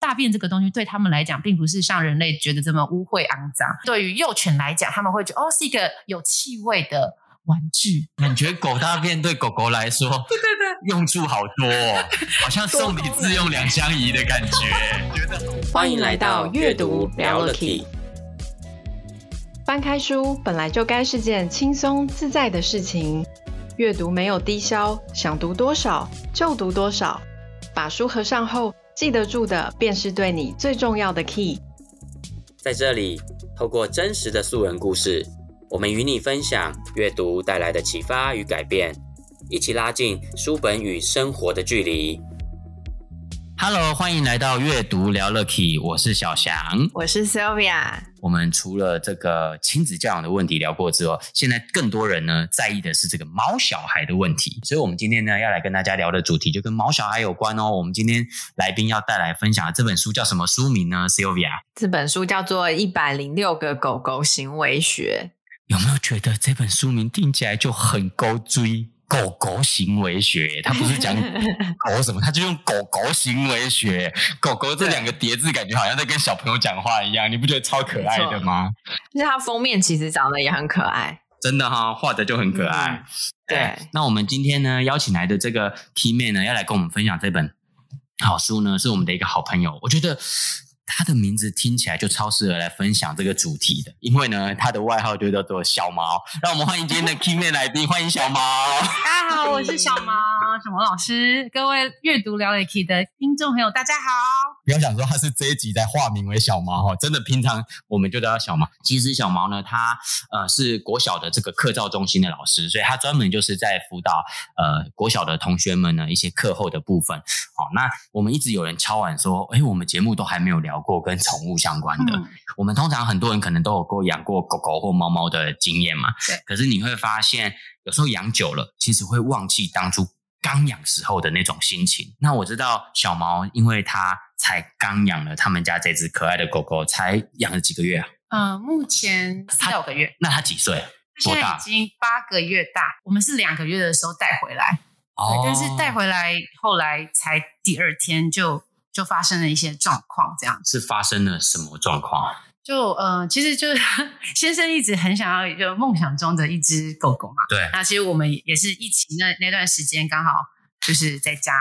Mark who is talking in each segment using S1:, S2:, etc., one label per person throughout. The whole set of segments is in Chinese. S1: 大便这个东西对他们来讲，并不是像人类觉得这么污秽肮脏。对于幼犬来讲，他们会觉得哦，是一个有气味的玩具。
S2: 感觉狗大便对狗狗来说
S1: 对对对，
S2: 用处好多、哦，好像送礼自用两相宜的感觉。觉得
S3: 欢迎来到阅读聊了 Key。
S4: 翻开书本来就该是件轻松自在的事情，阅读没有低消，想读多少就读多少。把书合上后，记得住的便是对你最重要的 key。
S3: 在这里，透过真实的素人故事，我们与你分享阅读带来的启发与改变，一起拉近书本与生活的距离。
S2: Hello，欢迎来到阅读聊 Lucky，我是小翔。
S5: 我是 Sylvia。
S2: 我们除了这个亲子教养的问题聊过之后，现在更多人呢在意的是这个猫小孩的问题，所以我们今天呢要来跟大家聊的主题就跟猫小孩有关哦。我们今天来宾要带来分享的这本书叫什么书名呢？Sylvia，
S5: 这本书叫做《一百零六个狗狗行为学
S2: 有没有觉得这本书名听起来就很勾追？狗狗行为学，它不是讲狗什么，它就用狗狗行为学。狗狗这两个叠字，感觉好像在跟小朋友讲话一样，你不觉得超可爱的吗？》，
S5: 就是它封面其实长得也很可爱。
S2: 真的哈、画的就很可爱。
S5: 对
S2: 哎那我们今天呢邀请来的这个 T 妹呢，要来跟我们分享这本好书呢，是我们的一个好朋友。我觉得她的名字听起来就超适合来分享这个主题的，因为呢，她的外号就叫做小毛。让我们欢迎今天的 T 妹来宾，欢迎小毛。
S1: 大家好，我是小毛小毛老师，各位阅读了解 Key 的听众朋友，大家好。
S2: 不要想说他是这一集在化名为小毛哈，真的平常我们就叫他小毛。其实小毛呢，他呃是国小的这个课照中心的老师，所以他专门就是在辅导呃国小的同学们呢一些课后的部分。好，那我们一直有人敲碗说，诶，我们节目都还没有聊过跟宠物相关的。
S1: 嗯
S2: 我们通常很多人可能都有过养过狗狗或猫猫的经验嘛，
S1: 对。
S2: 可是你会发现，有时候养久了，其实会忘记当初刚养时候的那种心情。那我知道小毛，因为他才刚养了他们家这只可爱的狗狗，才养了几个月啊？
S1: 嗯、目前四到五个月，
S2: 那他几岁？啊
S1: 现在
S2: 多大
S1: 已经八个月大。我们是两个月的时候带回来，对，但
S2: 哦
S1: 是带回来后来才第二天就就发生了一些状况，这样
S2: 是发生了什么状况？啊
S1: 就呃，其实就是 先生一直很想要一个梦想中的一只狗狗嘛。
S2: 对，
S1: 那其实我们也是一起那那段时间刚好就是在家，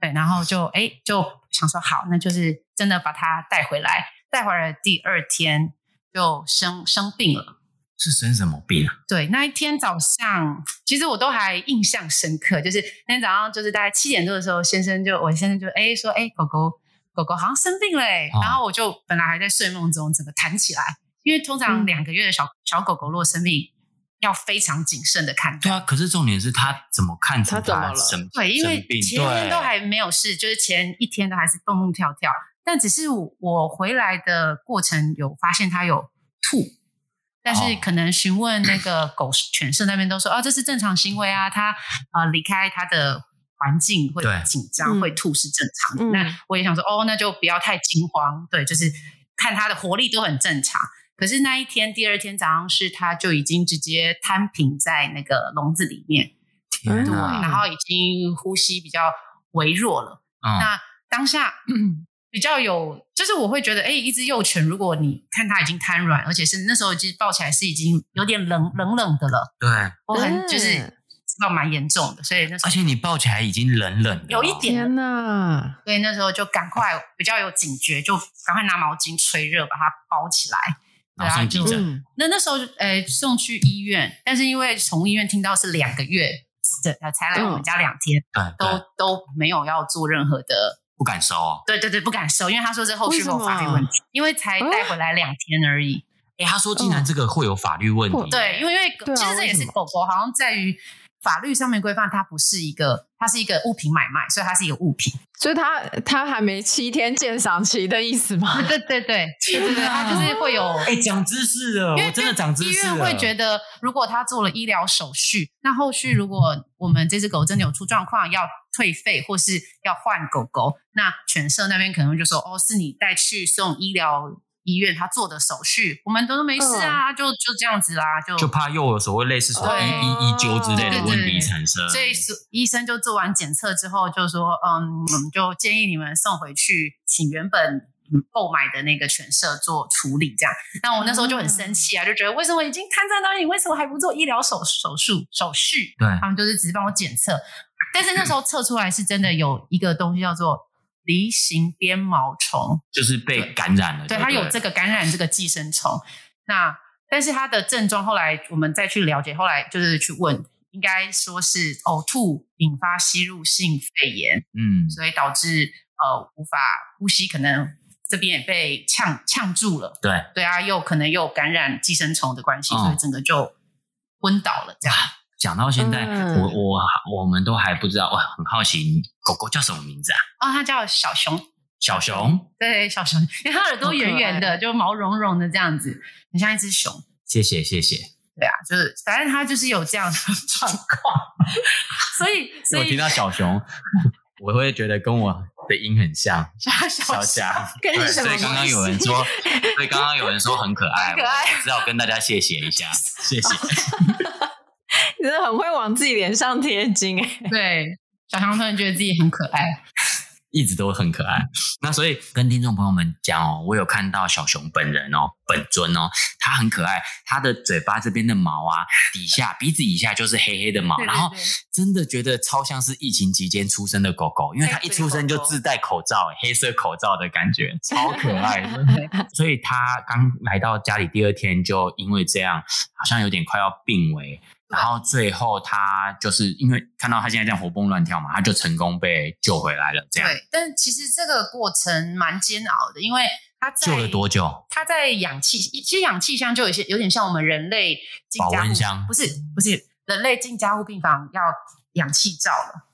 S1: 对，然后就哎就想说好，那就是真的把它带回来，带回来的第二天就生生病了。
S2: 是生什么病啊？
S1: 对，那一天早上，其实我都还印象深刻，就是那天早上，就是大概七点多的时候，先生就我先生就哎说哎狗狗狗狗好像生病了哎、
S2: 哦
S1: 然后我就本来还在睡梦中，整个弹起来，因为通常
S5: 嗯
S1: 两个月的小、小狗狗如果生病，要非常谨慎的看
S2: 对
S1: 待。
S2: 啊，可是重点是他怎么看出
S5: 他怎么了
S2: 生
S1: 对，因为
S2: 生病
S1: 前天
S2: 对
S1: 都还没有事，就是前一天都还是蹦蹦跳跳，但只是我我回来的过程有发现它有吐，但是
S2: 哦
S1: 可能询问那个狗犬舍那边都说，哦，这是正常行为啊，它呃离开它的环境会
S2: 对
S1: 紧张
S5: 嗯
S1: 会吐是正常的。
S5: 嗯
S1: 那我也想说，哦，那就不要太惊慌，对，就是看它的活力都很正常。可是那一天，第二天早上是它就已经直接摊平在那个笼子里面，
S2: 天
S1: 对，
S2: 哪！
S1: 然后已经呼吸比较微弱了。
S2: 嗯，
S1: 那当下比较有，就是我会觉得，哎、一只幼犬，如果你看它已经瘫软，而且是那时候其实抱起来是已经有点冷冷冷的了，
S2: 对，
S1: 我很、
S5: 嗯
S1: 就是知道蛮严重的，所以那时
S2: 而
S1: 候
S2: 且你抱起来已经冷冷的哦，
S1: 有一点
S5: 天哪！
S1: 所以那时候就赶快比较有警觉，就赶快拿毛巾吹热把它包起来。对
S2: 然后
S1: 啊，
S2: 送急
S1: 就
S2: 诊。
S5: 嗯，
S1: 那那时候呃送去医院，但是因为宠物医院听到是两个月的，呃才来我们家两天，
S2: 对，
S1: 都
S2: 哎对
S1: 都没有要做任何的
S2: 不敢收哦。
S1: 对对对，不敢收，因为他说这后续会有法律问题，因为才带回来两天而已。
S2: 哎，他说竟然
S5: 嗯
S2: 这个会有法律问题，
S5: 会
S1: 对，因为因为、
S5: 对啊
S1: 其实这也
S5: 为
S1: 是
S5: 什么
S1: 狗狗，好像在于法律上面规范，它不是一个，它是一个物品买卖，所以它是一个物品。
S5: 所以他他还没七天鉴赏期的意思 吗？
S1: 对对对，对对对，它就是会有。
S2: 哎，讲知识了，
S1: 因
S2: 我
S1: 为
S2: 真的长知
S1: 医
S2: 识
S1: 院
S2: 了。
S1: 会觉得，如果他做了医疗手续，那后续如果我们这只狗真的有出状况，要退费或是要换狗狗，那犬舍那边可能就说：“哦，是你带去送医疗医院他做的手续，我们都没事啊，就就这样子啦，就
S2: 哦就怕又有所谓类似什么
S1: 对
S2: 一一一灸之类的问
S1: 对对
S2: 题产生。
S1: 所以是医生就做完检测之后就说，嗯，我们就建议你们送回去，请原本嗯购买的那个犬舍做处理。这样，那我那时候就很生气啊，就觉得为什么已经瘫在那里，为什么还不做医疗手手术手续？
S2: 对
S1: 他们就是只是帮我检测，但是那时候测出来是真的有一个东西叫做梨形鞭毛虫，
S2: 就是被感染了。
S1: 对，
S2: 不
S1: 它有这个感染这个寄生虫。那但是它的症状后来我们再去了解，后来就是去问，应该说是呕吐引发吸入性肺炎，
S2: 嗯，
S1: 所以导致呃无法呼吸，可能这边也被呛呛住了。
S2: 对，
S1: 对啊，又可能又感染寄生虫的关系，
S2: 哦
S1: 所以整个就昏倒了这样。
S2: 讲到现在，
S4: 嗯
S2: 我我我们都还不知道，我很好奇狗狗叫什么名字啊？
S1: 哦，它叫小熊，
S2: 小熊，
S1: 对小熊，因为它耳朵圆圆
S4: 好可
S1: 的，就毛茸茸的这样子，很像一只熊。
S2: 谢谢谢谢。
S1: 对啊，就是反正他就是有这样的 状况，所以所
S2: 我
S1: 以
S2: 听到 小熊，我会觉得跟我的音很像，
S1: 小
S2: 小
S1: 小
S2: 霞。
S5: 跟你
S2: 对，
S5: 什么
S2: 所以刚刚有 人说，所以刚刚有人说很可爱，
S1: 很可爱
S2: 我我只好跟大家谢谢一 下，谢谢。
S5: 你真的很会往自己脸上贴金哎、
S1: 对小强突然觉得自己很可爱，
S2: 一直都很可爱。那所以跟听众朋友们讲哦，我有看到小熊本人哦，本尊哦，它很可爱，它的嘴巴这边的毛啊，底下鼻子以下就是黑黑的毛，
S1: 对对
S2: 然后
S1: 对
S2: 真的觉得超像是疫情期间出生的狗狗，因为它一出生就自带口罩，黑色口罩的感觉，超可 爱。所以它刚来到家里第二天，就因为这样，好像有点快要病危。然后最后，它就是因为看到它现在这样活蹦乱跳嘛，它就成功被救回来了。这样，
S1: 对，啊但其实这个过程蛮煎熬的，因为他在
S2: 救了多久？
S1: 他在氧气，其实氧气箱就有些有点像我们人类进
S2: 保
S1: 家
S2: 温
S1: 户
S2: 箱
S1: 不是不是人类进加护病房要氧气罩了。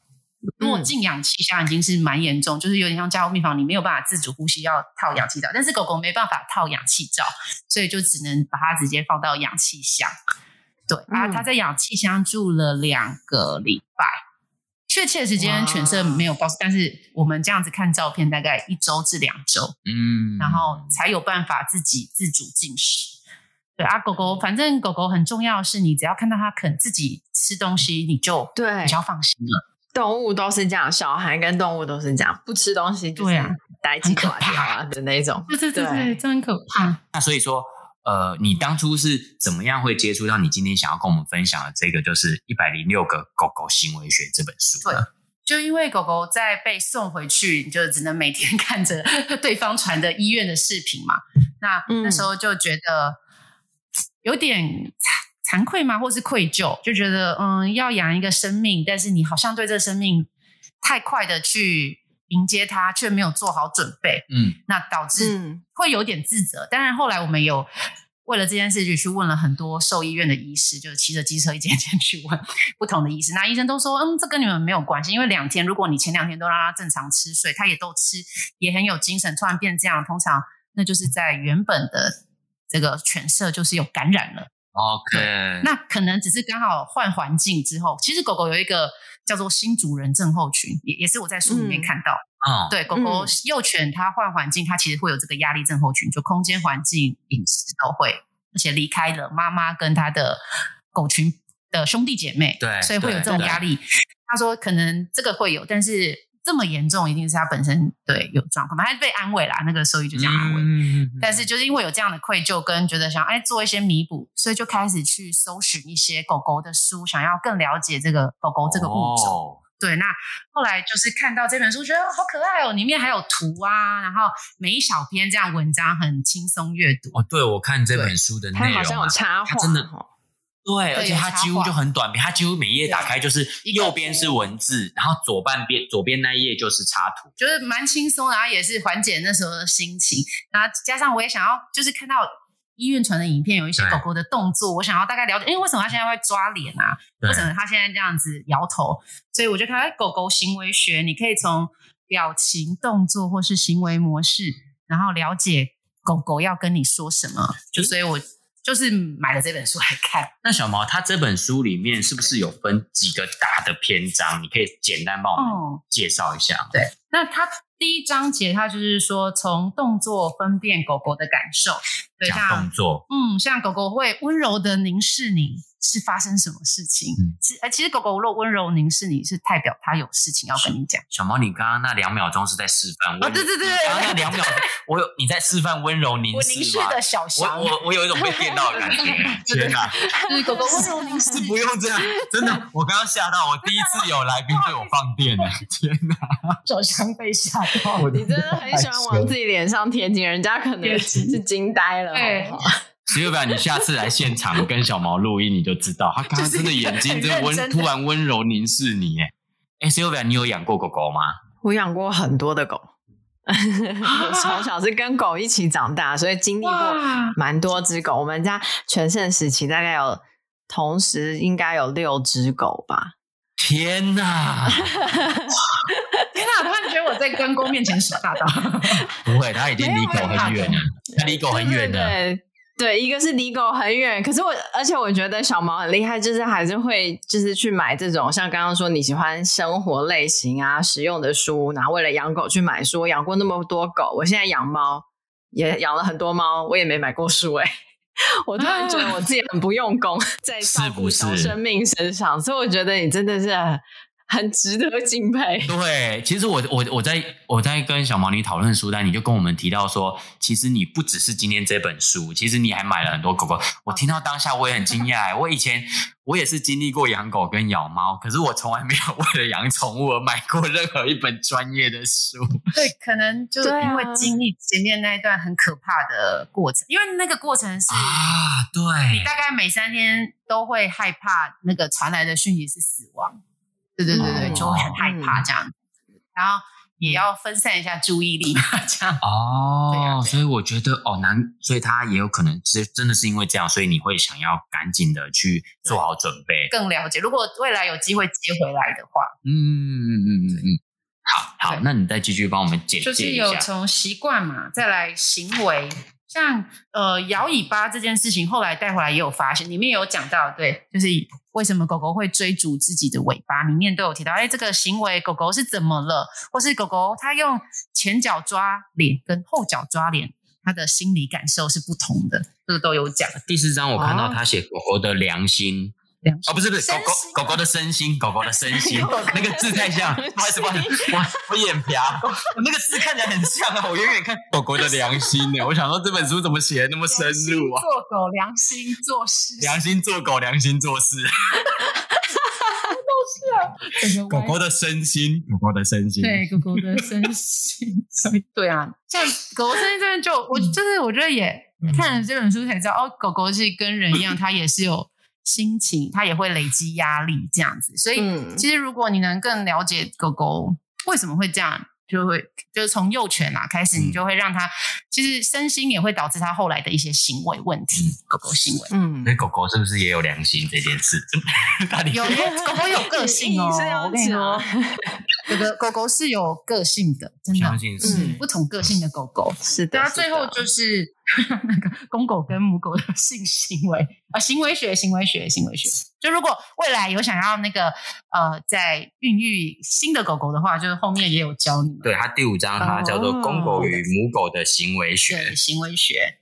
S1: 如果进氧气箱已经是蛮严重，就是有点像加护病房，你没有办法自主呼吸，要套氧气罩。但是狗狗没办法套氧气罩，所以就只能把它直接放到氧气箱。对啊，
S5: 嗯
S1: 它在氧气箱住了两个礼拜，确切时间犬舍没有告诉，但是我们这样子看照片，大概一周至两周。
S2: 嗯，
S1: 然后才有办法自己自主进食。对啊，狗狗，反正狗狗很重要的是，你只要看到它肯自己吃东西，你就
S5: 对
S1: 比较放心了。
S5: 动物都是这样，小孩跟动物都是这样，不吃东西就是
S1: 对啊
S5: 呆鸡
S1: 很可
S5: 爪掉啊的那种。
S1: 对对
S5: 对对
S1: 这很可怕。
S2: 那所以说，呃，你当初是怎么样会接触到你今天想要跟我们分享的这个，就是《一百零六个狗狗行为学》这本书？
S1: 对就因为狗狗在被送回去，你就只能每天 看着对方传的医院的视频嘛。那、
S5: 嗯
S1: 那时候就觉得有点惭惭愧吗，或是愧疚，就觉得嗯，要养一个生命，但是你好像对这个生命太快的去迎接它，却没有做好准备。
S2: 嗯，
S1: 那导致
S5: 嗯，
S1: 会有点自责。当然后来我们有为了这件事情去问了很多兽医院的医师，就是骑着机车一间一间去问不同的医师，那医生都说，嗯，这跟你们没有关系，因为两天如果你前两天都让它正常吃睡，它也都吃，也很有精神，突然变这样，通常那就是在原本的。这个犬舍就是有感染了，
S2: ，OK，
S1: 那可能只是刚好换环境之后。其实狗狗有一个叫做新主人症候群，也也是我在书里面
S5: 嗯
S1: 看到的
S2: 嗯，
S1: 对，狗狗
S5: 嗯
S1: 幼犬它换环境，它其实会有这个压力症候群，就空间、环境、饮食都会，而且离开了妈妈跟它的狗群的兄弟姐妹，
S2: 对
S1: 所以会有
S2: 对
S1: 这种
S2: 对
S1: 压力。他说可能这个会有，但是这么严重，一定是他本身对有状况嘛，他是被安慰啦，那个兽医就这样安慰。
S2: 嗯
S1: 但是就是因为有这样的愧疚跟觉得想哎做一些弥补，所以就开始去搜寻一些狗狗的书，想要更了解这个狗狗这个物种。
S2: 哦
S1: 对，那后来就是看到这本书，觉得哦好可爱哦，里面还有图啊，然后每一小篇这样文章很轻松阅读。
S2: 哦，对，我看这本书的内
S5: 它好像
S2: 容
S5: 有
S2: 啊。
S5: 插画，
S2: 它真的
S5: 哦
S1: 对
S2: 对，而且
S1: 有
S2: 它
S1: 插
S2: 几乎
S1: 画
S2: 就很短，它几乎每页打开就是
S1: 一个
S2: 右边是文字，然后左半边左边那一页就是插图。
S1: 就是蛮轻松的，然后也是缓解那时候的心情。然后加上我也想要，就是看到医院传的影片，有一些
S2: 对
S1: 狗狗的动作，我想要大概了解，因为为什么它现在会抓脸啊？
S2: 对
S1: 为什么它现在这样子摇头？啊所以我就看哎狗狗行为学，你可以从表情、动作或是行为模式，然后了解狗狗要跟你说什么。就所以我就是买了这本书来看。
S2: 那小毛，它这本书里面是不是有分几个大的篇章？你可以简单帮我们
S1: 哦，
S2: 介绍一下吗？
S1: 对那它第一章节它就是说从动作分辨狗狗的感受，对，
S2: 讲动
S1: 像
S2: 作，
S1: 嗯，像狗狗会温柔的凝视你，是发生什么事情？
S2: 嗯
S1: 其呃，其实狗狗若温柔凝视你，是代表它有事情要跟你讲。
S2: 小猫，你刚刚那两秒钟是在示范温
S1: 哦对对对
S2: 你刚刚那两 秒，我有你在示范温柔凝
S1: 我
S2: 视
S1: 凝视
S2: 吗？
S1: 的小
S2: 我
S1: 翔，
S2: 我我有一种被电到的感觉，天哪！
S1: 就是狗狗温柔凝视
S2: 是不用这样， 真的，我刚刚吓到，我第一次有来宾对我放电呢，天哪！
S1: 小翔被吓到。
S5: 你真的很喜欢往自己脸上贴金，人家可能是惊呆了，哦
S1: 对
S5: 好不好
S2: 石月凡，你下次来现场跟小毛录音，你就知道，他刚刚真的眼睛真的温，
S1: 就是一个很认真的
S2: 突然温柔凝视你，哎，哎，石月凡，你有养过狗狗吗？
S5: 我养过很多的狗，我从小是跟狗一起长大，所以经历过
S1: 哇，
S5: 蛮多只狗。我们家全盛时期大概有同时应该有六只狗吧。
S2: 天 哪！
S1: 天哪！突然觉得我在关公面前耍大刀。
S2: 不会，他已经离狗很远了，他离狗很远
S5: 对
S2: 了。
S5: 对对对，一个是离狗很远，可是我，而且我觉得小毛很厉害，就是还是会就是去买这种像刚刚说你喜欢生活类型啊、实用的书，然后为了养狗去买书。我养过那么多狗，我现在养猫也养了很多猫，我也没买过书哎、 我突然觉得我自己很不用功，在照
S2: 是
S5: 顾
S2: 不
S5: 小
S2: 是
S5: 生命身上，所以我觉得你真的是很很值得敬佩。
S2: 对，其实我我我在我在跟小毛你讨论书单，你就跟我们提到说，其实你不只是今天这本书，其实你还买了很多狗狗。我听到当下我也很惊讶，欸我以前我也是经历过养狗跟养猫，可是我从来没有为了养宠物而买过任何一本专业的书。
S1: 对，可能就
S5: 对啊
S1: 因为经历前面那一段很可怕的过程，因为那个过程是
S2: 啊，对
S1: 你大概每三天都会害怕那个传来的讯息是死亡，对对对对，
S5: 嗯
S1: 就会很害怕这样，然后也要分散一下注意力嘛，这样。对啊
S2: 哦，
S1: 对
S2: 所以我觉得哦难，所以他也有可能是真的是因为这样，所以你会想要赶紧的去做好准备。
S1: 更了解，如果未来有机会接回来的话，
S2: 嗯嗯嗯嗯嗯，好好
S1: 对，
S2: 那你再继续帮我们简
S1: 就
S2: 介
S1: 是
S2: 一
S1: 有
S2: 下。
S1: 从习惯嘛，再来行为，像呃摇尾巴这件事情，后来带回来也有发现，里面有讲到，对，就是为什么狗狗会追逐自己的尾巴，里面都有提到，哎，这个行为狗狗是怎么了，或是狗狗它用前脚抓脸跟后脚抓脸，它的心理感受是不同的，这个都有讲。
S2: 第四章我看到
S5: 哦
S2: 他写狗狗的良心，
S1: 良心
S2: 哦，不是不是，狗
S5: 身
S2: 狗
S5: 心
S2: 狗狗的身心，狗狗的 身心
S5: 狗狗的，
S2: 那个字太像，不好意思，不好意思，我我眼瞎，我那个字看起来很像啊，我远远看狗狗的良 心呢，我想说这本书怎么写的那么深入啊？
S1: 做狗良心做事
S2: 良心做狗，良心做事，狗狗的身心，狗狗的身心，
S1: 对狗狗的 身心，所以对啊，像狗狗身心这边就我就是我觉得也看了这本书才知道，哦，狗狗是跟人一样，它也是有心情，它也会累积压力这样子。所以、
S5: 嗯
S1: 其实如果你能更了解狗狗为什么会这样，就会就是从幼犬啊开始，
S2: 嗯
S1: 你就会让它、其实身心也会导致它后来的一些行为问题，狗狗行为。
S5: 嗯
S2: 所，以狗狗是不是也有良心这件事？ 到底
S1: 有有狗狗有个性哦
S5: 你是，要
S1: 我跟你说， 狗狗狗狗是有个性的，真的
S2: 相信是、
S5: 嗯
S1: 不同个性的狗狗。
S5: 是的，
S1: 对啊，
S5: 是的
S1: 最后就是 那个公狗跟母狗的性行为啊，行为学、行为学、行为学。就如果未来有想要那个呃，在孕育新的狗狗的话，就是后面也有教你们
S2: 对它第五章，它叫做
S5: 哦
S2: 《公狗与母狗的行为学》
S1: 对行为学。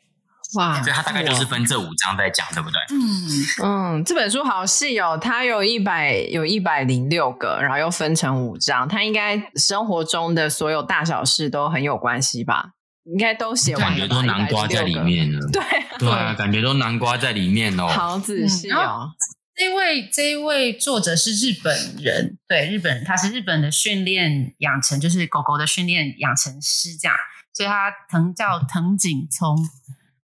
S5: 哇，
S2: 所以它大概就是分这五章在讲，对不对？
S1: 嗯，
S5: 嗯，这本书好细哦，它有一百有一百零六个，然后又分成五章，它应该生活中的所有大小事都很有关系吧？应该都写完
S2: 感
S5: 了
S2: 觉
S5: 吧
S2: 都南瓜在里。面了
S5: 106个，对啊，
S2: 对啊，感觉都南瓜在里面哦。
S5: 好仔细
S1: 嗯
S5: 哦。
S1: 这一位这一位作者是日本人，对日本人，他是日本的训练养成，就是狗狗的训练养成师这样，所以他藤叫藤井聪，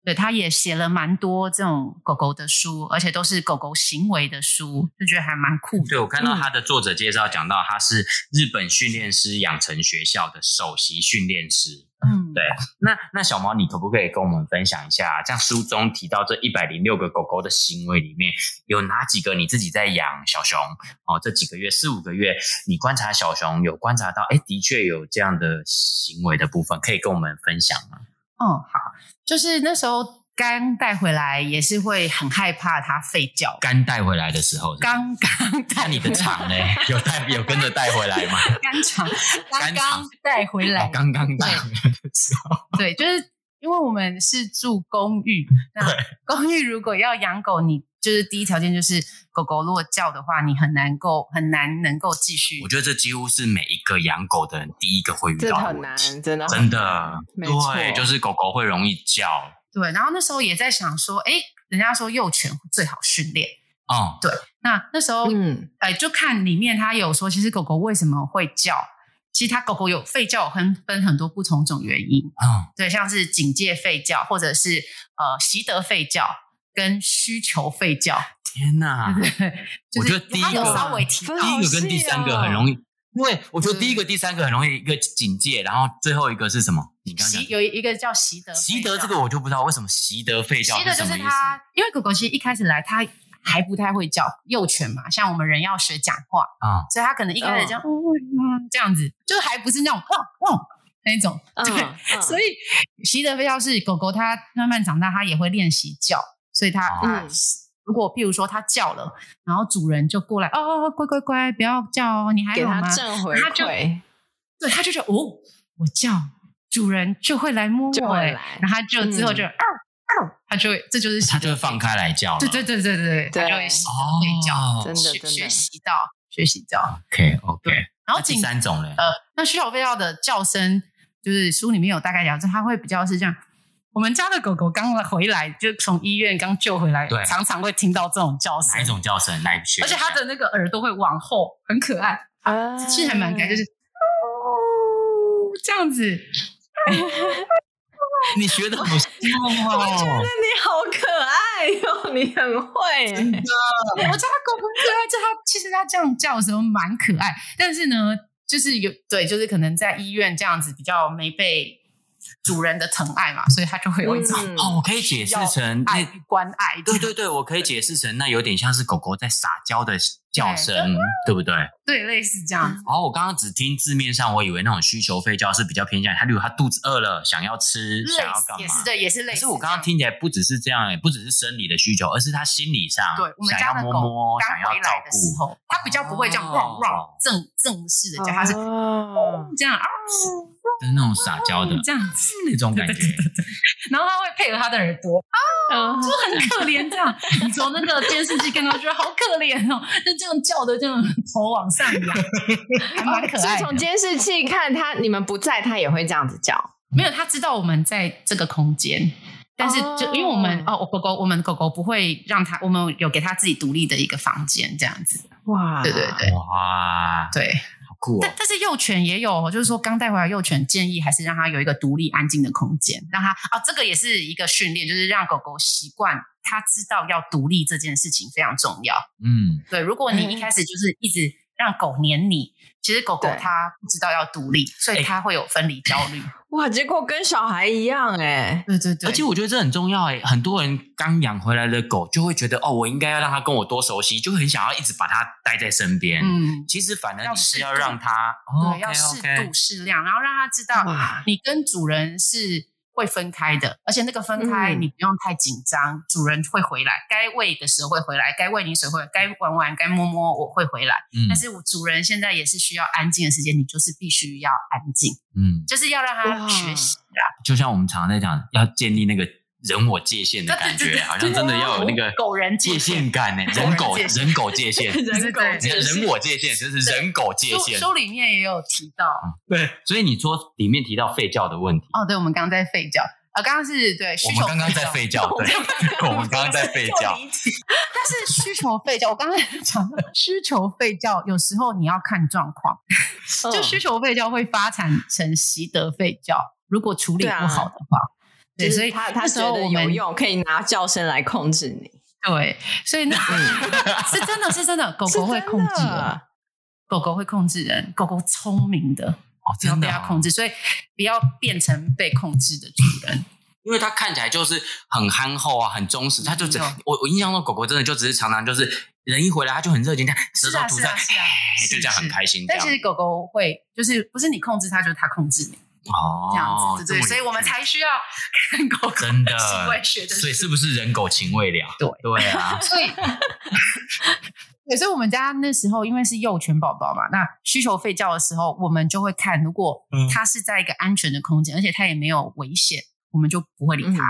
S1: 对，他也写了蛮多这种狗狗的书，而且都是狗狗行为的书，就觉得还蛮酷的。
S2: 对，我看到他的作者介绍讲到，他是日本训练师养成学校的首席训练师。
S1: 嗯，
S2: 对那那小毛，你可不可以跟我们分享一下，啊像书中提到这一百零六个狗狗的行为里面，有哪几个你自己在养小熊哦？这几个月四五个月，你观察小熊有观察到，哎，的确有这样的行为的部分，可以跟我们分享吗？
S1: 哦嗯，好，就是那时候刚带回来也是会很害怕它吠叫。
S2: 干带回来的时候是不是，
S1: 刚刚带
S2: 那你的欸厂呢？有带有跟着带回来 吗？
S1: 干场，刚
S2: 干
S1: 刚
S2: 场
S1: 带回来
S2: 哦，刚刚带回来的时候，
S1: 对，就是因为我们是住公寓，那
S2: 嗯对
S1: 公寓如果要养狗，你就是第一条件就是狗狗如果叫的话，你很难够很难能够继续
S2: 我。觉得这几乎是每一个养狗的人第一个会遇
S5: 这
S2: 到的
S5: 很
S2: 问
S5: 难
S2: 题，，
S5: 真的
S2: 真的，
S5: 没错
S2: 对，就是狗狗会容易叫，
S1: 对，然后那时候也在想说，哎，人家说幼犬最好训练，
S2: 哦，
S1: 那那时候
S5: 嗯，
S1: 哎，就看里面它有说，其实狗狗为什么会叫？其实它狗狗有吠叫，很分很多不同种原因，
S2: 嗯，
S1: 对，像是警戒吠叫，或者是呃习得吠叫跟需求吠叫，
S2: 天哪！
S1: 就
S2: 我
S1: 是
S2: 觉得第一
S1: 它有
S2: 个
S1: 稍微提
S5: 分
S2: 第
S5: 好
S2: 一个跟
S5: 细
S2: 第三个
S1: 啊
S5: 哦
S2: 很容易，因为我觉得
S5: 嗯
S2: 第一个、第三个很容易一个警戒，然后最后一个是什么？你刚刚
S1: 习
S2: 讲
S1: 有一个叫习得，
S2: 习得这个，我就不知道为什么习得吠叫
S1: 习得
S2: 什
S1: 就
S2: 么
S1: 是
S2: 意
S1: 它
S2: 思，
S1: 因为狗狗其实一开始来它还不太会叫，幼犬嘛，像我们人要学讲话，
S2: 啊。
S1: 所以它可能一开始这样，嗯嗯这样子，就还不是那种汪汪那一种，
S5: 嗯
S1: 对，
S5: 嗯
S1: 所以习得吠叫是狗狗，它慢慢长大，它也会练习叫，所以它
S2: 哦
S1: 它、如果譬如说它叫了，然后主人就过来，哦哦，哦乖乖乖，不要叫哦，你还
S5: 给
S1: 好
S5: 他
S1: 吗？
S5: 正回
S1: 他就
S5: 馈，
S1: 对，它就觉得哦，我叫主人就会来摸
S5: 就
S1: 我，
S5: 会
S1: 哎
S5: 来嗯
S1: 然后它就之后就嗷嗷，它就会，这就是习
S2: 它
S1: 得
S2: 就会放开来叫了。
S1: 对对对对对，它
S5: 哦对
S1: 就会习得
S2: 哦，
S1: 吠叫，
S5: 真的
S1: 学
S5: 真的
S1: 学习到学习到，
S2: OK OK。
S1: 然后
S2: 那第
S1: 紧
S2: 三种呢？
S1: 呃，那需要吠叫的叫声，就是书里面有大概讲，就它会比较是这样。我们家的狗狗刚回来，就从医院刚救回来，
S2: 对
S1: 常常会听到这种叫声
S2: 哪一，种叫声？哪一学一
S1: 而且
S2: 下？
S1: 它的那个耳朵会往后，很可爱，
S5: 啊
S1: 其实还蛮可爱，就是、哦这样子。
S2: 你学的好 像哦，
S5: 你好可爱哟、你很会、
S1: 我觉得它狗很可爱，啊就它其实它这样叫的时候蛮可爱，但是呢，就是有对，就是可能在医院这样子比较没被主人的疼爱嘛，所以它就会有一种
S5: 嗯
S2: 哦，我可以解释成
S1: 爱
S2: 那
S1: 与关爱。
S2: 对对对，我可以解释成那有点像是狗狗在撒娇的叫声，对不对？
S1: 对，类似这样。
S2: 哦，我刚刚只听字面上，我以为那种需求吠叫是比较偏向于它，例如它肚子饿了，想要吃，
S1: 类
S2: 想要
S1: 似
S2: 干
S1: 也是
S2: 嘛。
S1: 对，也是类
S2: 可
S1: 似这样。
S2: 是我刚刚听起来不只是这样、欸，不只是生理的需求，而是它心理上
S1: 对我们
S2: 想
S1: 家
S2: 要
S1: 的
S2: 摸
S1: 狗
S2: 摸，想
S1: 刚
S2: 要
S1: 回
S2: 照
S1: 来的时
S2: 顾。
S1: 候，它比较不会这样
S2: 哦
S1: 汪汪正正式的叫，它是
S5: 哦，
S1: 这样啊
S2: 的那种撒娇的
S1: 这样子，
S2: 那种感觉，
S1: 然后它会配合它的耳朵，哦
S5: 嗯
S1: 就很可怜这样。你从那个电视机看到，觉得好可怜哦，就这样叫的，这样头往上扬，还蛮可
S5: 哦所以
S1: 爱的。
S5: 从监视器看他，你们不在，他也会这样子叫。
S1: 没有，它知道我们在这个空间。但是就因为我们
S5: 哦
S1: 哦，狗狗，我们狗狗不会让它，我们有给它自己独立的一个房间这样子。
S5: 哇
S1: 对对对
S2: 哇，
S1: 对，
S2: 好酷哦
S1: 但！但是幼犬也有，就是说刚带回来幼犬，建议还是让它有一个独立安静的空间，让它啊、这个也是一个训练，就是让狗狗习惯，它知道要独立这件事情非常重要。
S2: 嗯，
S1: 对，如果你一开始就是一直让狗黏你，其实狗狗
S5: 对
S1: 它不知道要独立，所以它会有分离焦虑。
S5: 哇，结果跟小孩一样哎、
S1: 对对对，
S2: 而且我觉得这很重要诶、很多人刚养回来的狗就会觉得哦，我应该要让它跟我多熟悉，就很想要一直把它带在身边。
S1: 嗯，
S2: 其实反而
S1: 要
S2: 你
S1: 适
S2: 是要
S1: 度
S2: 让它哦
S1: 对，要适
S2: OK，OK
S1: 度适量，然后让它知道
S5: 哇，
S1: 你跟主人是会分开的，而且那个分开
S5: 嗯
S1: 你不用太紧张，主人会回来，该喂的时候会回来，该喂你水会，该玩玩，该摸摸我会回来。
S2: 嗯
S1: 但是我主人现在也是需要安静的时间，你就是必须要安静，
S2: 嗯，
S1: 就是要让
S5: 哇
S1: 他学习啊。
S2: 就像我们常常在讲，要建立那个人我界限的感
S1: 对对
S2: 觉，
S1: 对
S2: 好像真的要有那个
S1: 狗人界
S2: 界限感呢，
S1: 人
S2: 人狗
S1: 界限
S2: 人狗 界限，
S1: 对对
S5: 人狗
S1: 对
S5: 界限
S2: 人我界限就是人狗界
S1: 书
S2: 限。嗯
S1: 书里面也有提到
S2: 对，所以你说里面提到吠叫的问题，
S1: 哦，对，我们刚刚在吠叫，呃，刚刚是对需
S2: 我
S1: 求，
S2: 们刚刚在吠叫， 对， 我们刚刚在吠叫，
S1: 但是需求吠叫，我刚才讲的需求吠叫，有时候你要看状况。
S5: 嗯
S1: 就需求吠觉会发展成习得吠觉，如果处理
S5: 对啊
S1: 不好的话，对，
S5: 啊就是
S1: 所以
S5: 他
S1: 那
S5: 他
S1: 时
S5: 觉
S1: 候
S5: 得
S1: 我
S5: 有
S1: 们
S5: 用，可以拿叫声来控制你，
S1: 对，所以那 是真的是真的，狗
S5: 是
S1: 狗会
S5: 真
S1: 控制
S5: 的
S1: 人，狗狗会控制人，狗狗聪明的，
S2: 哦，
S1: 不要
S2: 真
S1: 被
S2: 的
S1: 它
S2: 哦
S1: 控，制，所以不要变成被控制的主人。
S2: 因为它看起来就是很憨厚啊，很忠实，它就只
S1: 没有
S2: 我我印象中狗狗真的就只是常常就是人一回来它就很热情，这样舌
S1: 是
S2: 头
S1: 啊
S2: 涂
S1: 是
S2: 在
S1: 啊，是啊
S2: 哎，
S1: 是
S2: 就这样很
S1: 是
S2: 开心，这
S1: 但
S2: 样
S1: 其。实狗狗会，就是不是你控制它，就是它控制你。
S2: 哦，
S1: 这样子，对对，
S2: 这么有趣
S1: 所以我们才需要看狗狗
S2: 真 的
S1: 行为学的
S2: 所以是不是人狗情未了？
S1: 对
S2: 对 啊，
S1: 所以，对，所以我们家那时候因为是幼犬宝宝嘛，那需求吠叫的时候，我们就会看，如果
S2: 嗯
S1: 它是在一个安全的空间，而且它也没有危险，我们就不会理它。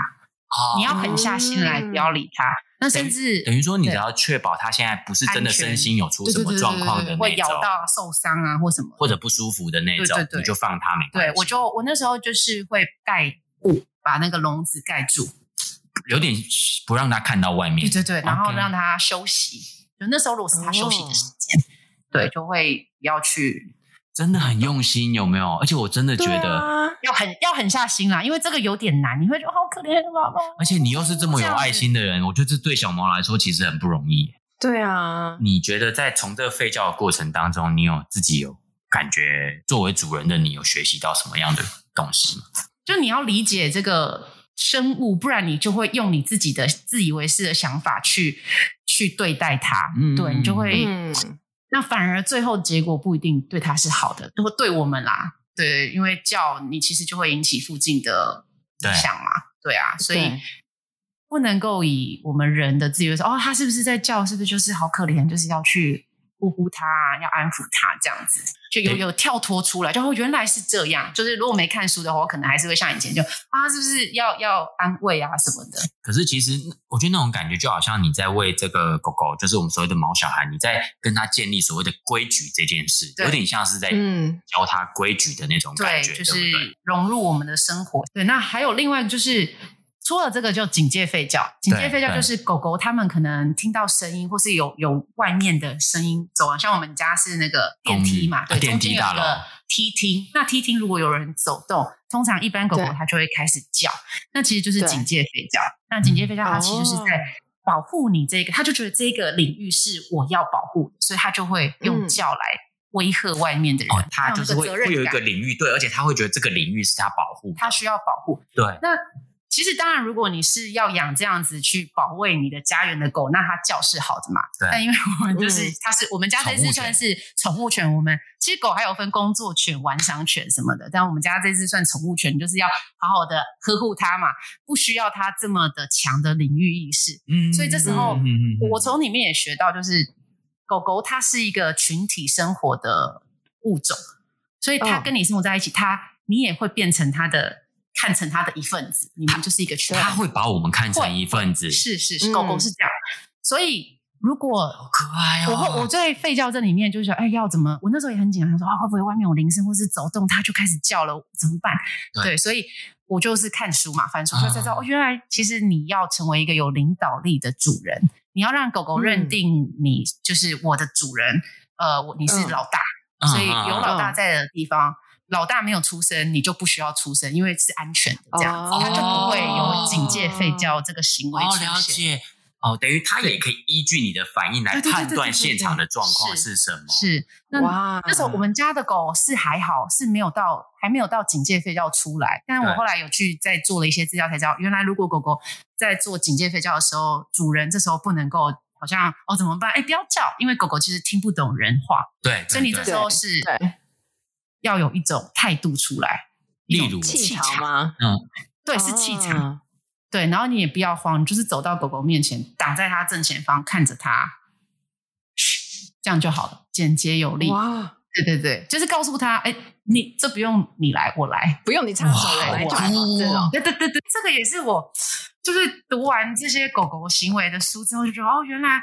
S1: 你要狠下心来，
S4: 嗯
S1: 不要理它。那甚至
S2: 等于说，你只
S1: 对
S2: 要确保它现在不是真的
S1: 安全
S2: 身心有出
S1: 对
S2: 什
S1: 对
S2: 么
S1: 对
S2: 状况的
S1: 对对对
S2: 那
S1: 会咬
S2: 种，
S1: 到受伤啊或什么的。
S2: 或者不舒服的那种
S1: 对对，对
S2: 你就放它没关
S1: 对
S2: 系。
S1: 我就我那时候就是会盖布，把那个笼子盖住，
S2: 有点不让它看到外面。
S1: 对对对，然后
S2: OK
S1: 让它休息。就那时候如果是它休息的时间，对，就会不要去
S2: 真的很用心，有没有？而且我真的觉
S5: 对
S2: 得，
S5: 啊
S1: 要狠要狠下心啊啦，因为这个有点难，你会觉得好可怜啊的宝宝。
S2: 而且你又是这么有爱心的人，我觉得这对小猫来说其实很不容易。
S5: 对
S1: 嗯
S5: 啊，
S2: 你觉得在从这吠叫的过程当中，你有自己有感觉，作为主人的你有学习到什么样的东西吗？
S1: 就你要理解这个生物，不然你就会用你自己的自以为是的想法去去对待它，
S2: 嗯
S1: 对你就会、
S5: 嗯，
S1: 那反而最后结果不一定对它是好的，或对我们啦，对，因为叫你其实就会引起附近的
S2: 对
S1: 影响嘛，对啊，所以
S5: 对。
S1: 不能够以我们人的自由说，哦，它是不是在叫？是不是就是好可怜？就是要去呼呼它，要安抚它，这样子就有
S2: 对
S1: 有跳脱出来，就哦，原来是这样。就是如果没看书的话，我可能还是会像以前就啊，是不是要要安慰啊什么的？
S2: 可是其实我觉得那种感觉就好像你在为这个狗狗，就是我们所谓的毛小孩，你在跟它建立所谓的规矩这件事，
S1: 对
S2: 有点像是在
S5: 嗯
S2: 教它规矩的那种
S1: 对，
S2: 感觉，
S1: 就
S2: 对
S1: 是
S2: 不对？
S1: 融入我们的生活。对，那还有另外就是。除了这个，就警戒吠叫。警戒吠叫
S2: 对
S1: 就是狗狗它们可能听到声音，或是有有外面的声音走啊。像我们家是那个电梯嘛，对，
S2: 公寓啊电
S1: 中
S2: 梯
S1: 间有
S2: 大
S1: 一
S2: 楼
S1: 个梯厅。那梯厅如果有人走动，通常一般狗狗
S5: 对
S1: 它就会开始叫，那其实就是
S5: 对
S1: 警戒吠叫。
S2: 嗯
S1: 那警戒吠叫它其实是在
S5: 哦
S1: 保护你这个，它就觉得这个领域是我要保护的，所以它就会
S5: 嗯
S1: 用叫来威吓外面的人。
S2: 哦，它
S1: 有
S2: 就
S1: 那
S2: 是
S1: 个
S2: 会
S1: 责任
S2: 会有一
S1: 感
S2: 个领域，对，而且它会觉得这个领域是它保护的，
S1: 它需要保护。
S2: 对
S1: 那其实当然，如果你是要养这样子去保卫你的家园的狗，那它叫是好的嘛。
S2: 对
S1: 但因为我们就是、
S5: 嗯
S1: 它是我们家这
S2: 宠
S1: 只
S2: 物犬
S1: 算是宠物犬，我们其实狗还有分工作犬、玩赏犬什么的，但我们家这只算宠物犬，就是要好好的呵护它嘛，不需要它这么的强的领域意识。
S2: 嗯
S1: 所以这时候
S2: 嗯嗯嗯嗯
S1: 我从里面也学到，就是狗狗它是一个群体生活的物种，所以它
S5: 嗯
S1: 跟你生活在一起，它你也会变成它的，看成它的一份子，你们就是一个群体。
S2: 它会把我们看成一份子，
S1: 是是是，
S5: 嗯
S1: 狗狗是这样，所以如果
S2: 好可爱哦。
S1: 我会我在吠叫这里面就是想，哎，要怎么？我那时候也很紧张，想说啊，会不会外面有铃声或是走动，它就开始叫了，怎么办？
S2: 对
S1: 对，所以我就是看书嘛，翻书
S2: 啊
S1: 就才知道，哦，原来其实你要成为一个有领导力的主人，你要让狗狗
S2: 嗯
S1: 认定你就是我的主人，呃，我你是
S5: 嗯
S1: 老大，
S2: 嗯
S1: 所以
S2: 嗯
S1: 有
S2: 嗯
S1: 老大
S5: 嗯
S1: 在的地方。老大没有出声，你就不需要出声，因为是安全的这样子，
S5: 哦
S1: 它就不会有警戒吠叫这个行为出
S2: 哦，
S1: 现。
S2: 了解哦，等于它也可以依据你的反应来
S1: 对对对
S2: 判断
S1: 对对对
S2: 现场的状况
S1: 是
S2: 是什么。
S1: 是，那
S5: 哇，
S1: 那时
S2: 嗯
S1: 候我们家的狗是还好，是没有到还没有到警戒吠叫出来。但
S2: 对
S1: 我后来有去再做了一些资料，才知道原来如果狗狗在做警戒吠叫的时候，主人这时候不能够好像哦怎么办？哎，不要叫，因为狗狗其实听不懂人话，
S2: 对，
S1: 所以你这时
S2: 对
S1: 候是
S5: 对
S1: 要有一种态度出来，一种
S2: 例如哦
S5: 气
S1: 气
S5: 场吗？
S1: 对，是气场，
S5: 啊
S1: 对。然后你也不要慌，你就是走到狗狗面前，挡在它正前方，看着它，这样就好了，简洁有力。
S5: 哇，
S1: 对对对，就是告诉他，哎，你这不用你来，我来。
S5: 不用你插手，我
S2: 哇
S5: 来就
S1: 哇
S5: 好这
S2: 哦
S5: 种。
S1: 对对对对，这个也是我就是读完这些狗狗行为的书之后，就觉得哦，原来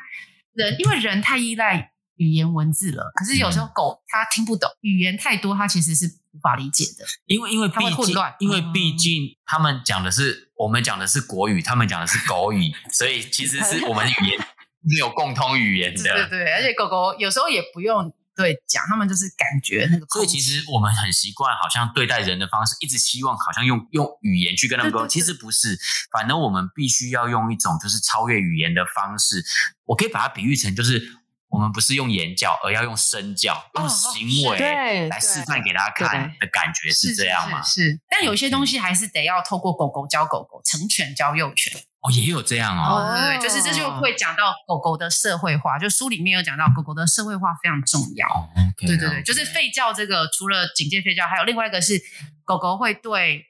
S1: 人因为人太依赖语言文字了，可是有
S2: 嗯
S1: 时候狗它听不懂，语言太多，它其实是无法理解的。
S2: 因为因为
S1: 它会
S2: 毕
S1: 混
S2: 竟
S1: 乱嗯
S2: 因为毕竟他们讲的是我们讲的是国语，他们讲的是狗语，所以其实是我们语言没有共通语言
S1: 对对
S2: 的。
S1: 对，而且狗狗有时候也不用对讲，它们就是感觉那个空
S2: 所以
S1: 气。
S2: 其实我们很习惯，好像对待人的方式，一直希望好像用用语言去跟他们沟通。
S1: 对对对
S2: 其实不是，反正我们必须要用一种就是超越语言的方式。我可以把它比喻成，就是我们不是用言教，而要用身教，
S1: 哦
S2: 用
S1: 哦
S2: 行为
S5: 是对
S2: 来
S5: 对
S2: 示范给大家看的感觉是这样吗？嗯
S1: 是，是但有些东西还是得要透过狗狗教狗狗，成犬教幼犬。
S2: 哦，也有这样哦。
S5: 哦
S1: 对，就是这就会讲到狗狗的社会化，就书里面有讲到狗狗的社会化非常重要。
S2: 哦，OK，
S1: 对对对，
S2: 了解
S1: 就是吠叫这个，除了警戒吠叫，还有另外一个是狗狗会对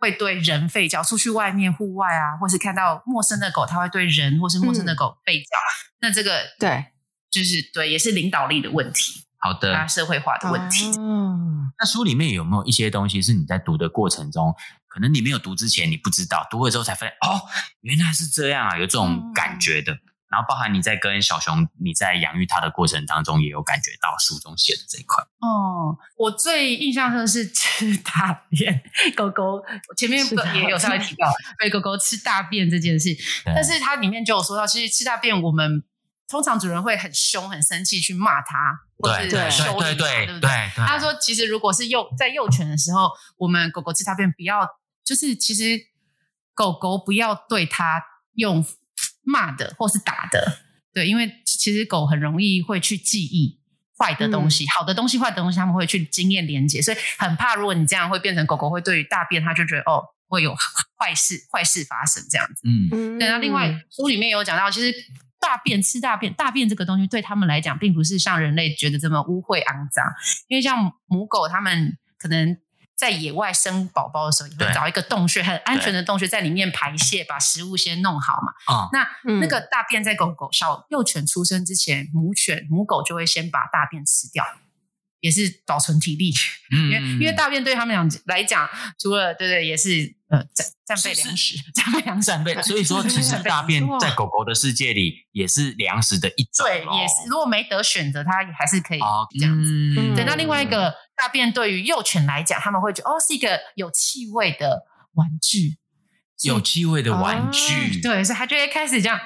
S1: 会对人吠叫，出去外面户外啊，或是看到陌生的狗，它会对人或是陌生的狗吠叫。那这个
S5: 对，
S1: 就是对，也是领导力的问题，
S2: 好的。
S1: 啊，社会化的问题。
S5: 嗯，
S2: 那书里面有没有一些东西是你在读的过程中，可能你没有读之前你不知道，读了之后才发现哦，原来是这样啊，有这种感觉
S1: 嗯
S2: 的。然后包含你在跟小熊你在养育它的过程当中，也有感觉到书中写的这一块。
S1: 哦，我最印象深的是吃大便，狗狗前面
S5: 吃大便
S1: 也有稍微提到，对狗狗吃大便这件事，但是它里面就有说到，其实吃大便我们通常主人会很凶、很生气去骂它，或
S2: 对
S1: 是
S2: 对
S1: 修理它，
S2: 对对
S1: 对
S2: 对
S1: 不
S2: 对，
S1: 他说，其实如果是幼在幼犬的时候，我们狗狗吃大便不要，就是其实狗狗不要对它用骂的或是打的，对，因为其实狗很容易会去记忆坏的东西，好的东西、坏的东西，他们会去经验连接，所以很怕如果你这样会变成狗狗会对于大便，它就觉得哦会有坏事坏事发生这样子。
S2: 嗯，
S1: 对，那另外书里面有讲到，其实大便吃大便，大便这个东西对他们来讲，并不是像人类觉得这么污秽肮脏，因为像母狗，它们可能在野外生宝宝的时候，也会
S2: 对
S1: 找一个洞穴，很安全的洞穴，在里面排泄，把食物先弄好嘛。
S2: 哦，
S1: 那
S5: 嗯
S1: 那个大便在狗狗小幼犬出生之前，母犬母狗就会先把大便吃掉，也是保存体力。
S2: 因
S1: 因为因为
S2: 嗯
S1: 大便对他们讲来讲，除了对对也是呃战战备
S2: 是是
S1: 粮食，战备粮食。
S2: 战备，所 以说其实大便在狗狗的世界里也是粮食的一种咯，
S1: 对，也是。如果没得选择，它还是可以
S2: 哦，
S1: 这样子。
S2: 嗯
S1: 对，那另外一个大便对于幼犬来讲，他们会觉得哦是一个有气味的玩具，
S2: 有气味的玩具，
S1: 对，所以它就会开始这样。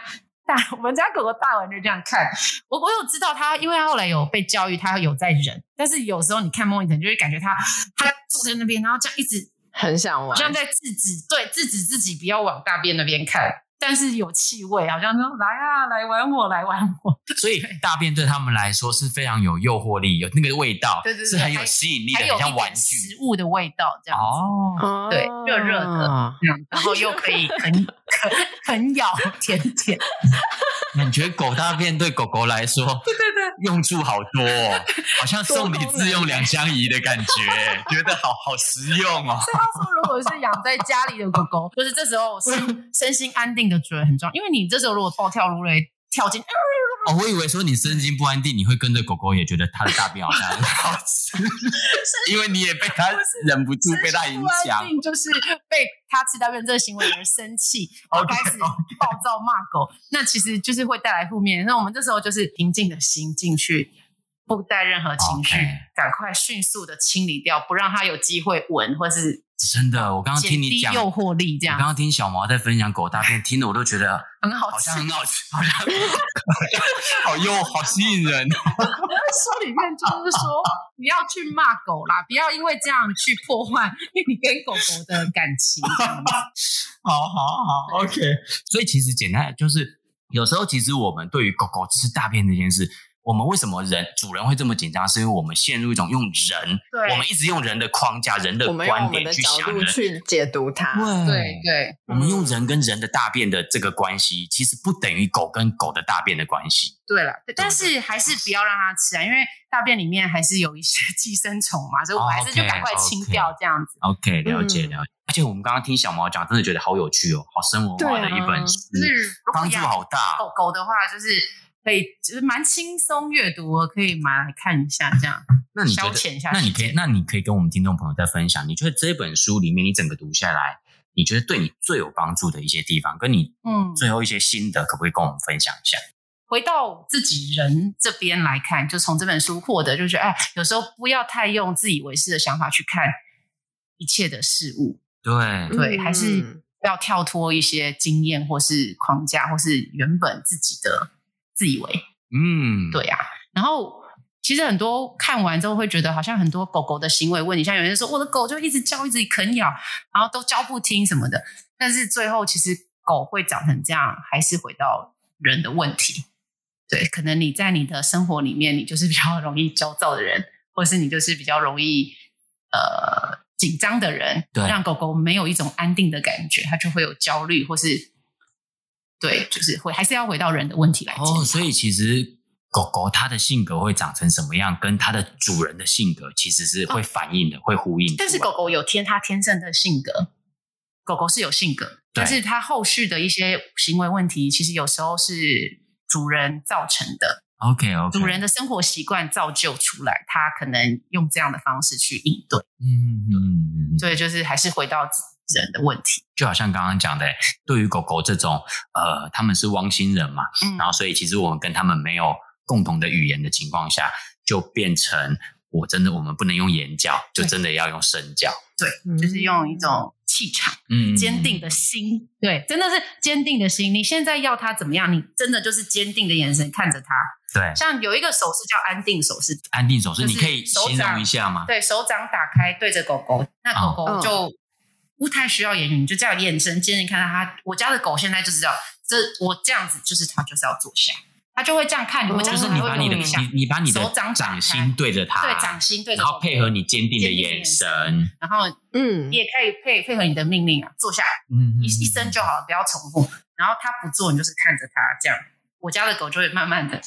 S1: 大 我们家狗狗大完就这样看，我我有知道它，因为它后来有被教育，它有在忍，但是有时候你看梦影腾就会感觉它，它坐在那边，然后这样一直
S5: 很想
S1: 好
S5: 玩，
S1: 像在制止，对，制止自己不要往大便那边看，但是有气味，好像说来啊，来玩我，来玩我，
S2: 所以大便对他们来说是非常有诱惑力，有那个味道，
S1: 对对对
S2: 是很有吸引力的，
S1: 还
S2: 很
S1: 有一
S2: 像玩
S1: 点
S2: 具
S1: 食物的味道，这样子。
S2: 哦。
S5: 哦
S1: 对热热的，嗯然后又可以 啃啃啃咬舔舔，
S2: 那你觉得狗大便对狗狗来说， 对对对，用处好多、哦，好像送礼自用两相宜的感 觉，觉得好好实用哦。
S1: 所以他说，如果是养在家里的狗狗，就是这时候身身心安定的主人很重要，因为你这时候如果暴跳如雷跳进，呃
S2: 哦，我以为说你身心不安定，你会跟着狗狗也觉得它的大便好 像很好吃，因为你也被它忍不住被它
S1: 身
S2: 影
S1: 心不
S2: 响
S1: 安。定就是被他吃大便这个行为而生气， 然后
S2: OK，
S1: 开始暴躁骂狗，那其实就是会带来负面。那我们这时候就是平静的心进去。不带任何情绪
S2: OK
S1: 赶快迅速的清理掉，不让它有机会闻或是
S2: 真的，我刚刚
S1: 减
S2: 听你
S1: 低
S2: 讲，
S1: 诱
S2: 我
S1: 惑力，这
S2: 刚
S1: 样
S2: 刚听小毛在分享狗大便，听的我都觉得
S1: 很好
S2: 好
S1: 吃
S2: 像。很好吃， 好像好像好诱，好吸引人哦。
S1: 书里面就是说，不要去骂狗啦，不要因为这样去破坏你跟狗狗的感情。这样 子
S2: 好好好，OK。所以其实简单的就是，有时候其实我们对于狗狗吃大便这件事，我们为什么人主人会这么紧张，是因为我们陷入一种用人，
S1: 对
S2: 我们一直用人的框架、人的
S5: 我们用我
S2: 观
S5: 们
S2: 点
S5: 的
S2: 去
S5: 角
S2: 想
S5: 度
S2: 人。
S5: 去嗯解读它，
S2: 对
S1: 对对，
S2: 我们用人跟人的大便的这个关系，其实不等于狗跟狗的大便的关系。
S1: 对了，对但是还是不要让它吃啊，因为大便里面还是有一些寄生虫嘛，所以我
S2: 哦
S1: 还是就赶快
S2: OK，
S1: 清掉这样子。
S2: OK，了解
S5: 嗯
S2: 了解。而且我们刚刚听小毛讲，真的觉得好有趣哦，好生活化的
S5: 对啊
S2: 一本书，
S1: 嗯就是如果
S2: 帮助
S1: 养
S2: 好大哦。
S1: 狗狗的话，就是可以就是蛮轻松阅读的，可以买来看一下这样。
S2: 那你觉
S1: 消
S2: 得
S1: 遣一下
S2: 那你
S1: 时
S2: 可以，
S1: 间
S2: 那你可以跟我们听众朋友再分享，你觉得这本书里面你整个读下来，你觉得对你最有帮助的一些地方，跟你
S1: 嗯，
S2: 最后一些心得，可不可以跟我们分享一下？
S1: 回到自己人这边来看，就从这本书获得，就是哎，有时候不要太用自以为是的想法去看一切的事物，
S2: 对，
S1: 对，
S5: 嗯
S1: 还是要跳脱一些经验或是框架，或是原本自己的自以为，
S2: 嗯，
S1: 对啊。然后其实很多看完之后会觉得，好像很多狗狗的行为问题，像有人说我的狗就一直叫，一直啃咬，然后都叫不听什么的，但是最后其实狗会长成这样，还是回到人的问题。对，可能你在你的生活里面，你就是比较容易焦躁的人，或是你就是比较容易呃紧张的人，
S2: 对
S1: 让狗狗没有一种安定的感觉，它就会有焦虑或是对，就是回还是要回到人的问题来解决。
S2: 哦，所以其实狗狗它的性格会长成什么样，跟它的主人的性格其实是会反映的，会呼应的。
S1: 但是狗狗有天它天生的性格，狗狗是有性格，但是它后续的一些行为问题，其实有时候是主人造成的，
S2: OK OK，
S1: 主人的生活习惯造就出来，它可能用这样的方式去应对，
S2: 嗯嗯嗯，嗯
S1: 所以就是还是回到人的问题。
S2: 就好像刚刚讲的，对于狗狗这种呃，他们是汪星人嘛，
S1: 嗯
S2: 然后所以其实我们跟他们没有共同的语言的情况下，就变成我真的我们不能用言教，就
S1: 对
S2: 真的要用身教，
S5: 嗯
S1: 就是用一种气场。
S2: 嗯
S1: 坚定的心，对，真的是坚定的心。你现在要他怎么样？你真的就是坚定的眼神看着他。
S2: 对
S1: 像有一个手势叫安定手势，
S2: 安定手势，
S1: 就
S2: 你
S1: 是
S2: 可以形容一下吗？
S1: 对手掌打开对着狗狗，那狗
S5: 哦
S1: 狗就不太需要言语，你就这样眼神坚定看到它。我家的狗现在就是要这，我这样子就是它就是要坐下，它就会这样看你。
S5: 哦
S1: 我家
S2: 就
S1: 狗
S2: 是
S1: 还
S2: 你
S1: 会
S2: 把你的
S1: 有
S2: 你
S1: 影响
S2: 你把你的
S1: 手掌打开
S2: 心对着它，
S1: 对掌心对着
S2: 然
S1: 狗狗，
S2: 后配合你坚定的眼神，
S1: 然后
S5: 嗯
S1: 你，也可以配配合你的命令啊，坐下来。
S2: 嗯
S1: 一一声就好了，不要重复。然后他不做，你就是看着他这样。我家的狗就会慢慢的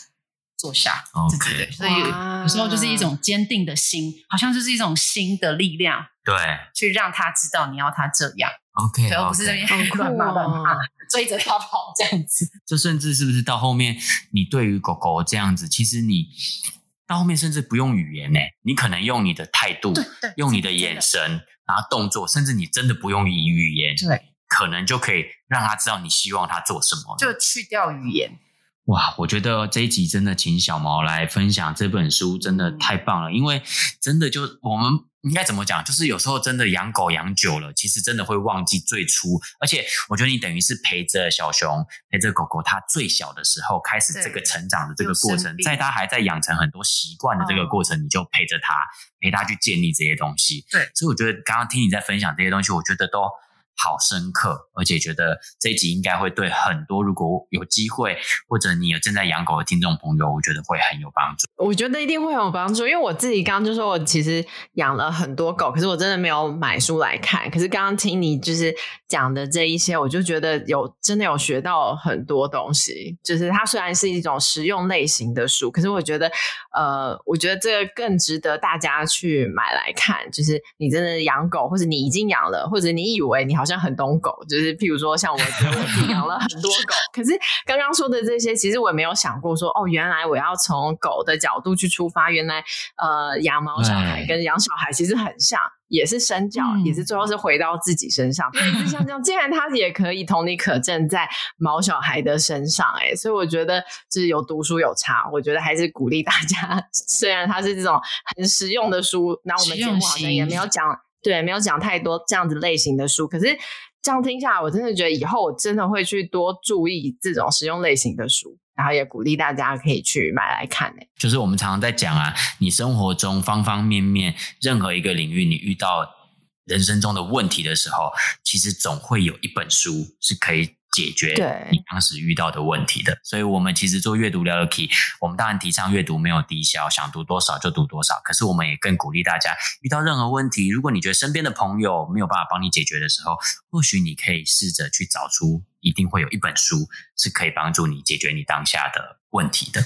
S1: 坐下
S2: OK
S1: 自己的，所以有
S5: 哇
S1: 时候就是一种坚定的心，好像就是一种新的力量，
S2: 对
S1: 去让他知道你要他这样，
S2: ，OK，
S1: 对，而不是这边
S5: 好酷哦
S1: 乱骂乱骂，追着他跑这样子。
S2: 这甚至是不是到后面，你对于狗狗这样子，其实你到后面甚至不用语言呢、你可能用你的态度，
S1: 对
S2: 用你的眼神，然后动作，甚至你真的不用以语言，
S1: 对，
S2: 可能就可以让他知道你希望他做什么。
S1: 就去掉语言。
S2: 哇，我觉得这一集真的请小毛来分享这本书，真的太
S1: 嗯
S2: 棒了。因为真的就我们应该怎么讲，就是有时候真的养狗养久了，其实真的会忘记最初。而且我觉得你等于是陪着小熊，陪着狗狗，它最小的时候开始这个
S1: 对
S2: 成长的这个
S1: 有生
S2: 过程，
S1: 病
S2: 在它还在养成很多习惯的这个
S1: 哦
S2: 过程，你就陪着它，陪它去建立这些东西。
S1: 对
S2: 所以我觉得刚刚听你在分享这些东西，我觉得都好深刻，而且觉得这一集应该会对很多如果有机会或者你有正在养狗的听众朋友，我觉得会很有帮助。
S5: 我觉得一定会有帮助，因为我自己刚刚就说，我其实养了很多狗，可是我真的没有买书来看。可是刚刚听你就是讲的这一些，我就觉得有真的有学到很多东西。就是它虽然是一种实用类型的书，可是我觉得，呃，我觉得这个更值得大家去买来看。就是你真的养狗，或者你已经养了，或者你以为你好像很懂狗，就是譬如说像我觉得我自己养了很多狗，可是刚刚说的这些，其实我也没有想过说，哦，原来我要从狗的角度去出发，原来呃，养毛小孩
S2: 哎
S5: 跟养小孩其实很像，也是身教，
S1: 嗯
S5: 也是最后是回到自己身上。可是像这样，竟然它也可以同理可证在毛小孩的身上、哎，所以我觉得就是有读书有差，我觉得还是鼓励大家， 虽然它是这种很实用的书，那我们节目好像也没有讲。对，没有讲太多这样子类型的书，可是这样听下来，我真的觉得以后我真的会去多注意这种实用类型的书，然后也鼓励大家可以去买来看、欸。
S2: 就是我们常常在讲啊，你生活中方方面面任何一个领域，你遇到人生中的问题的时候，其实总会有一本书是可以。解决
S5: 对
S2: 你当时遇到的问题的，所以我们其实做阅读聊聊 key，我们当然提倡阅读没有低消，想读多少就读多少。可是我们也更鼓励大家，遇到任何问题，如果你觉得身边的朋友没有办法帮你解决的时候，或许你可以试着去找出，一定会有一本书是可以帮助你解决你当下的问题的。